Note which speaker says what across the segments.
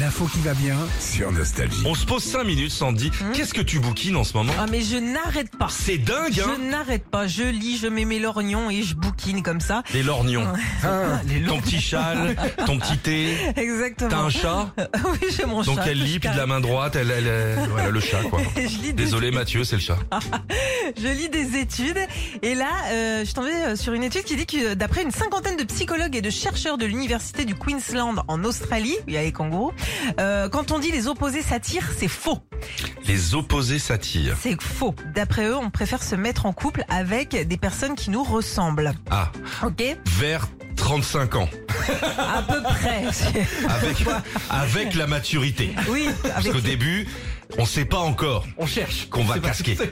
Speaker 1: L'info qui va bien sur Nostalgie.
Speaker 2: On se pose 5 minutes, Sandy. Qu'est-ce que tu bouquines en ce moment
Speaker 3: Hein Ah mais je n'arrête pas.
Speaker 2: C'est dingue, hein
Speaker 3: Je n'arrête pas. Je lis, je mets mes lorgnons et je bouquine comme ça.
Speaker 2: Les lorgnons. Hein
Speaker 1: Ah,
Speaker 3: Les
Speaker 2: Ton
Speaker 3: lorgnons.
Speaker 2: petit châle, ton petit thé.
Speaker 3: Exactement.
Speaker 2: T'as un chat
Speaker 3: Oui, j'ai mon
Speaker 2: Donc
Speaker 3: chat.
Speaker 2: elle lit, puis de la main droite, elle, elle, elle- voilà, le chat, quoi.
Speaker 3: Je lis, des,
Speaker 2: Désolé Mathieu, c'est le chat.
Speaker 3: je lis des études et là, euh, je tombais euh, sur une étude qui dit que euh, d'après une cinquantaine de psychologues et de chercheurs de l'université du Queensland en Australie, il y a les kangourous, euh, quand on dit les opposés s'attirent, c'est faux.
Speaker 2: Les opposés s'attirent.
Speaker 3: C'est faux. D'après eux, on préfère se mettre en couple avec des personnes qui nous ressemblent.
Speaker 2: Ah,
Speaker 3: Ok
Speaker 2: vers 35 ans.
Speaker 3: À peu près.
Speaker 2: Avec, avec la maturité.
Speaker 3: Oui.
Speaker 2: Parce
Speaker 3: avec
Speaker 2: qu'au début, on sait pas encore
Speaker 4: On cherche.
Speaker 2: qu'on va casquer.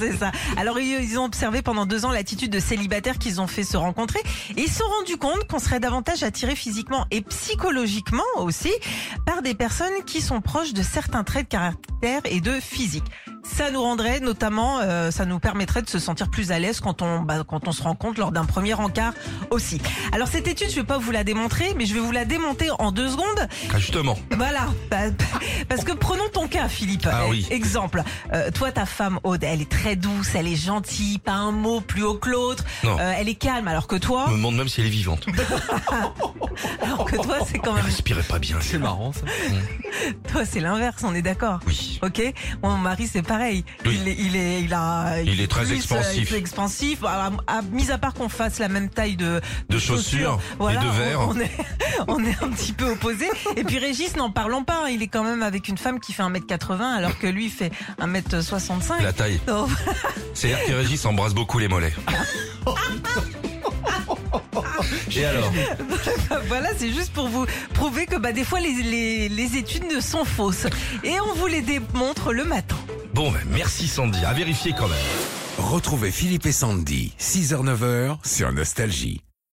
Speaker 3: C'est ça. Alors ils ils ont observé pendant deux ans l'attitude de célibataires qu'ils ont fait se rencontrer et ils se sont rendus compte qu'on serait davantage attiré physiquement et psychologiquement aussi par des personnes qui sont proches de certains traits de caractère et de physique. Ça nous rendrait notamment, euh, ça nous permettrait de se sentir plus à l'aise quand on bah, quand on se rencontre lors d'un premier encart aussi. Alors cette étude, je vais pas vous la démontrer, mais je vais vous la démonter en deux secondes.
Speaker 2: Ah, justement.
Speaker 3: Voilà, Bah, parce que prenons ton cas, Philippe.
Speaker 2: Ah oui.
Speaker 3: Exemple, Euh, toi, ta femme Aude, elle est très douce, elle est gentille, pas un mot plus haut que l'autre.
Speaker 2: Non.
Speaker 3: Euh, elle est calme, alors que toi,
Speaker 2: Je me demande même si elle est vivante.
Speaker 3: Bah alors que toi, c'est quand
Speaker 2: Elle
Speaker 3: même,
Speaker 2: respirait pas bien.
Speaker 4: C'est marrant ça.
Speaker 3: toi, c'est l'inverse. On est d'accord.
Speaker 2: Oui.
Speaker 3: Ok, Moi, mon mari c'est pareil.
Speaker 2: Oui.
Speaker 3: Il, est, il est, il a,
Speaker 2: Il est très expansif.
Speaker 3: euh, il est expansif. À, à- mis à part qu'on fasse la même taille de,
Speaker 2: De chaussures et
Speaker 3: voilà,
Speaker 2: de
Speaker 3: on-
Speaker 2: verres.
Speaker 3: On, est, on est un petit peu opposés. et puis Régis, n'en parlons pas. hein, Il est quand même avec une femme qui fait 1m80 alors que lui fait 1m65.
Speaker 2: La taille.
Speaker 3: Donc,
Speaker 2: C'est-à-dire que Régis embrasse beaucoup les mollets. Et alors
Speaker 3: voilà, c'est juste pour vous prouver que bah, des fois les, les, les études ne sont fausses. Et on vous les démontre le matin.
Speaker 2: Bon, ben, merci Sandy. À vérifier quand même.
Speaker 1: Retrouvez Philippe et Sandy, 6h-9h sur Nostalgie.